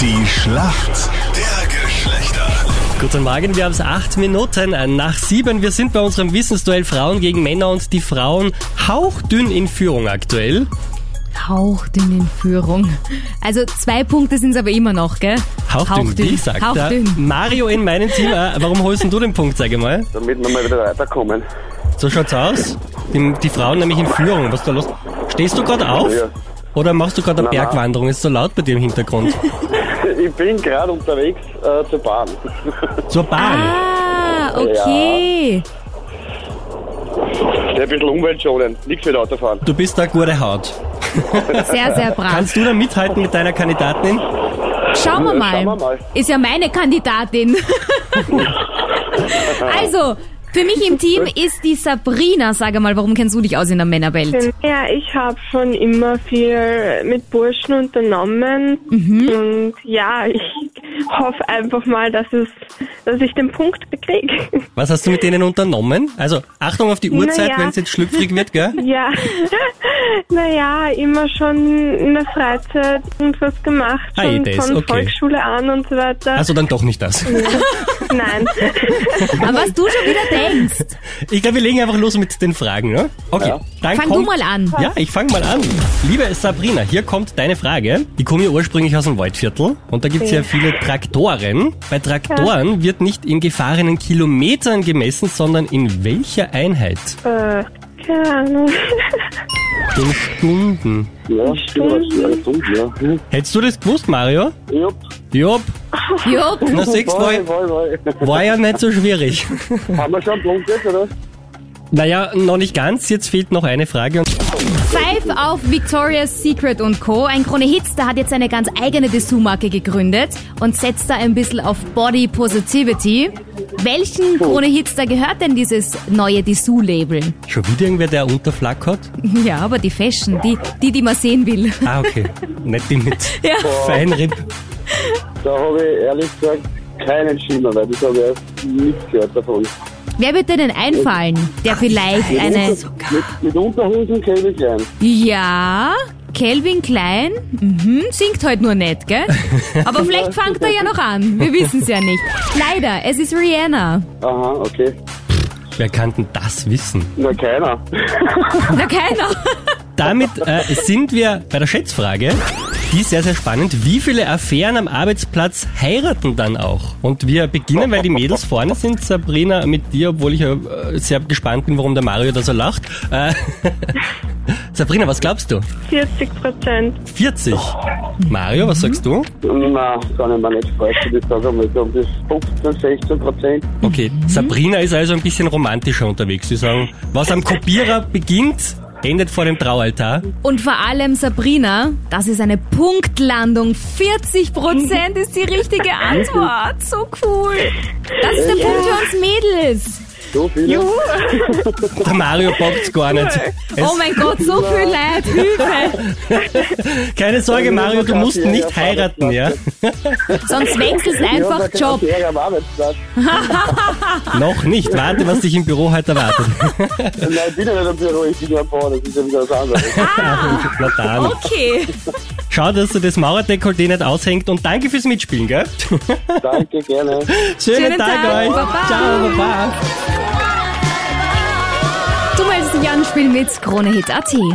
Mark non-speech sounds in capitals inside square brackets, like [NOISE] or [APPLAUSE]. Die Schlacht der Geschlechter. Guten Morgen, wir haben es acht Minuten nach sieben. Wir sind bei unserem Wissensduell Frauen gegen Männer und die Frauen hauchdünn in Führung aktuell. Hauchdünn in Führung. Also zwei Punkte sind es aber immer noch, gell? Hauchdünn, wie sagt er? Hauchdünn. Mario in meinem Team, äh, warum holst denn du den Punkt, sag ich mal? damit wir mal wieder weiterkommen. [LAUGHS] So schaut's aus. Die, die Frauen nämlich in Führung. Was ist da los? Stehst du gerade auf? Ja. Oder machst du gerade eine Nein, nein. Bergwanderung? Ist so laut bei dir im Hintergrund. Ich bin gerade unterwegs äh, zur Bahn. Zur Bahn. Ah, okay. Ein bisschen umweltschonend, nichts mit Autofahren. Du bist da gute Haut. Sehr, sehr brav. Kannst du da mithalten mit deiner Kandidatin? Schauen wir mal. Schauen wir mal. Ist ja meine [LAUGHS] Kandidatin. also, für mich im Team ist die Sabrina. Sag mal, warum kennst du dich aus in der Männerwelt? Ja, ich habe schon immer viel mit Burschen unternommen Mhm. und ja, ich hoffe einfach mal, dass es, dass ich den Punkt bekriege. Was hast du mit denen unternommen? Also Achtung auf die Uhrzeit, Naja. wenn es jetzt schlüpfrig wird, gell? [LAUGHS] [LAUGHS] ja, naja, immer schon in der Freizeit irgendwas gemacht, Ah, schon eh, das, von okay. Volksschule an und so weiter. Also dann doch nicht das. [LAUGHS] Nein, An was du schon wieder denkst. Ich glaube, wir legen einfach los mit den Fragen, ne? Okay, Ja. dann Fang du kommt, mal an. Ja, ich fange mal an. Liebe Sabrina, hier kommt deine Frage. Die kommen ja ursprünglich aus dem Waldviertel und da gibt's ja viele Traktoren. Bei Traktoren wird nicht in gefahrenen Kilometern gemessen, sondern in welcher Einheit? äh, keine Ahnung. [LAUGHS] In Stunden. Hm. Ja, stimmt. Ja, stimmt, ja. Hättest du das gewusst, Mario? Jupp. Job, Jupp. na sechs Woi, war, woi, woi. war ja nicht so schwierig. [LAUGHS] [LAUGHS] Haben wir schon Punkt jetzt, oder? Naja, noch nicht ganz. Jetzt fehlt noch eine Frage. Five auf Victoria's Secret und Co. Ein Krone Hits, der hat jetzt eine ganz eigene Dessous-Marke gegründet und setzt da ein bisschen auf Body Positivity. Welchen Krone Hits da gehört denn dieses neue Dessous-Label? [LAUGHS] Schon wieder irgendwer, der unterflackert? Ja, aber die Fashion, die, die, die man sehen will. [LAUGHS] Ah, okay. nicht die mit Ja. Feinripp. Da habe ich ehrlich gesagt keinen Schimmer, weil das habe ich erst nichts gehört davon. Wer wird dir denn einfallen, der vielleicht eine... Mit, mit Unterhosen käme ich rein. Ja, Calvin Klein, mhm, singt heute nur nicht, gell? Aber vielleicht fängt er ja noch an, wir wissen es ja nicht. Leider, es ist Rihanna. Aha, okay. Wer kann denn das wissen? Na, keiner. [LAUGHS] Na, keiner. [LAUGHS] Damit äh, sind wir bei der Schätzfrage. Die ist sehr, sehr spannend. Wie viele Affären am Arbeitsplatz heiraten dann auch? Und wir beginnen, weil die Mädels vorne sind, Sabrina, mit dir, obwohl ich äh, sehr gespannt bin, warum der Mario da so lacht. Äh, [LAUGHS] Sabrina, was glaubst du? 40 Prozent. 40. Mario, was sagst du? Na, kann ich mir nicht vorstellen. Ich sage mal so um das 15, 16 Prozent. Okay, Sabrina ist also ein bisschen romantischer unterwegs. Sie sagen, was am Kopierer beginnt, endet vor dem Traualtar. Und vor allem Sabrina, das ist eine Punktlandung. 40% ist die richtige Antwort. So cool. Das ist der Punkt für uns Mädels. So viele. Der Mario bockt's gar nicht. Es, Oh mein Gott, so viel Leid. Hilfe. keine Sorge, Mario, du musst nicht heiraten, ja? Sonst wechselst einfach Ich Job. habe da keine Affäre am Arbeitsplatz. Noch nicht. Warte, was dich im Büro heute [LAUGHS] erwartet. Nein, ich bin ja nicht am Büro, ich bin ja am Bau, das ist ja wieder was anderes. [LAUGHS] Na dann. Okay. Schau, dass du das Maurerdekolleté nicht aushängt und danke fürs Mitspielen, gell? Danke, gerne. Schönen, Schönen Tag, Tag. euch. Baba. Ciao, baba. Du meldest dich an, spiel mit Krone Hit AT.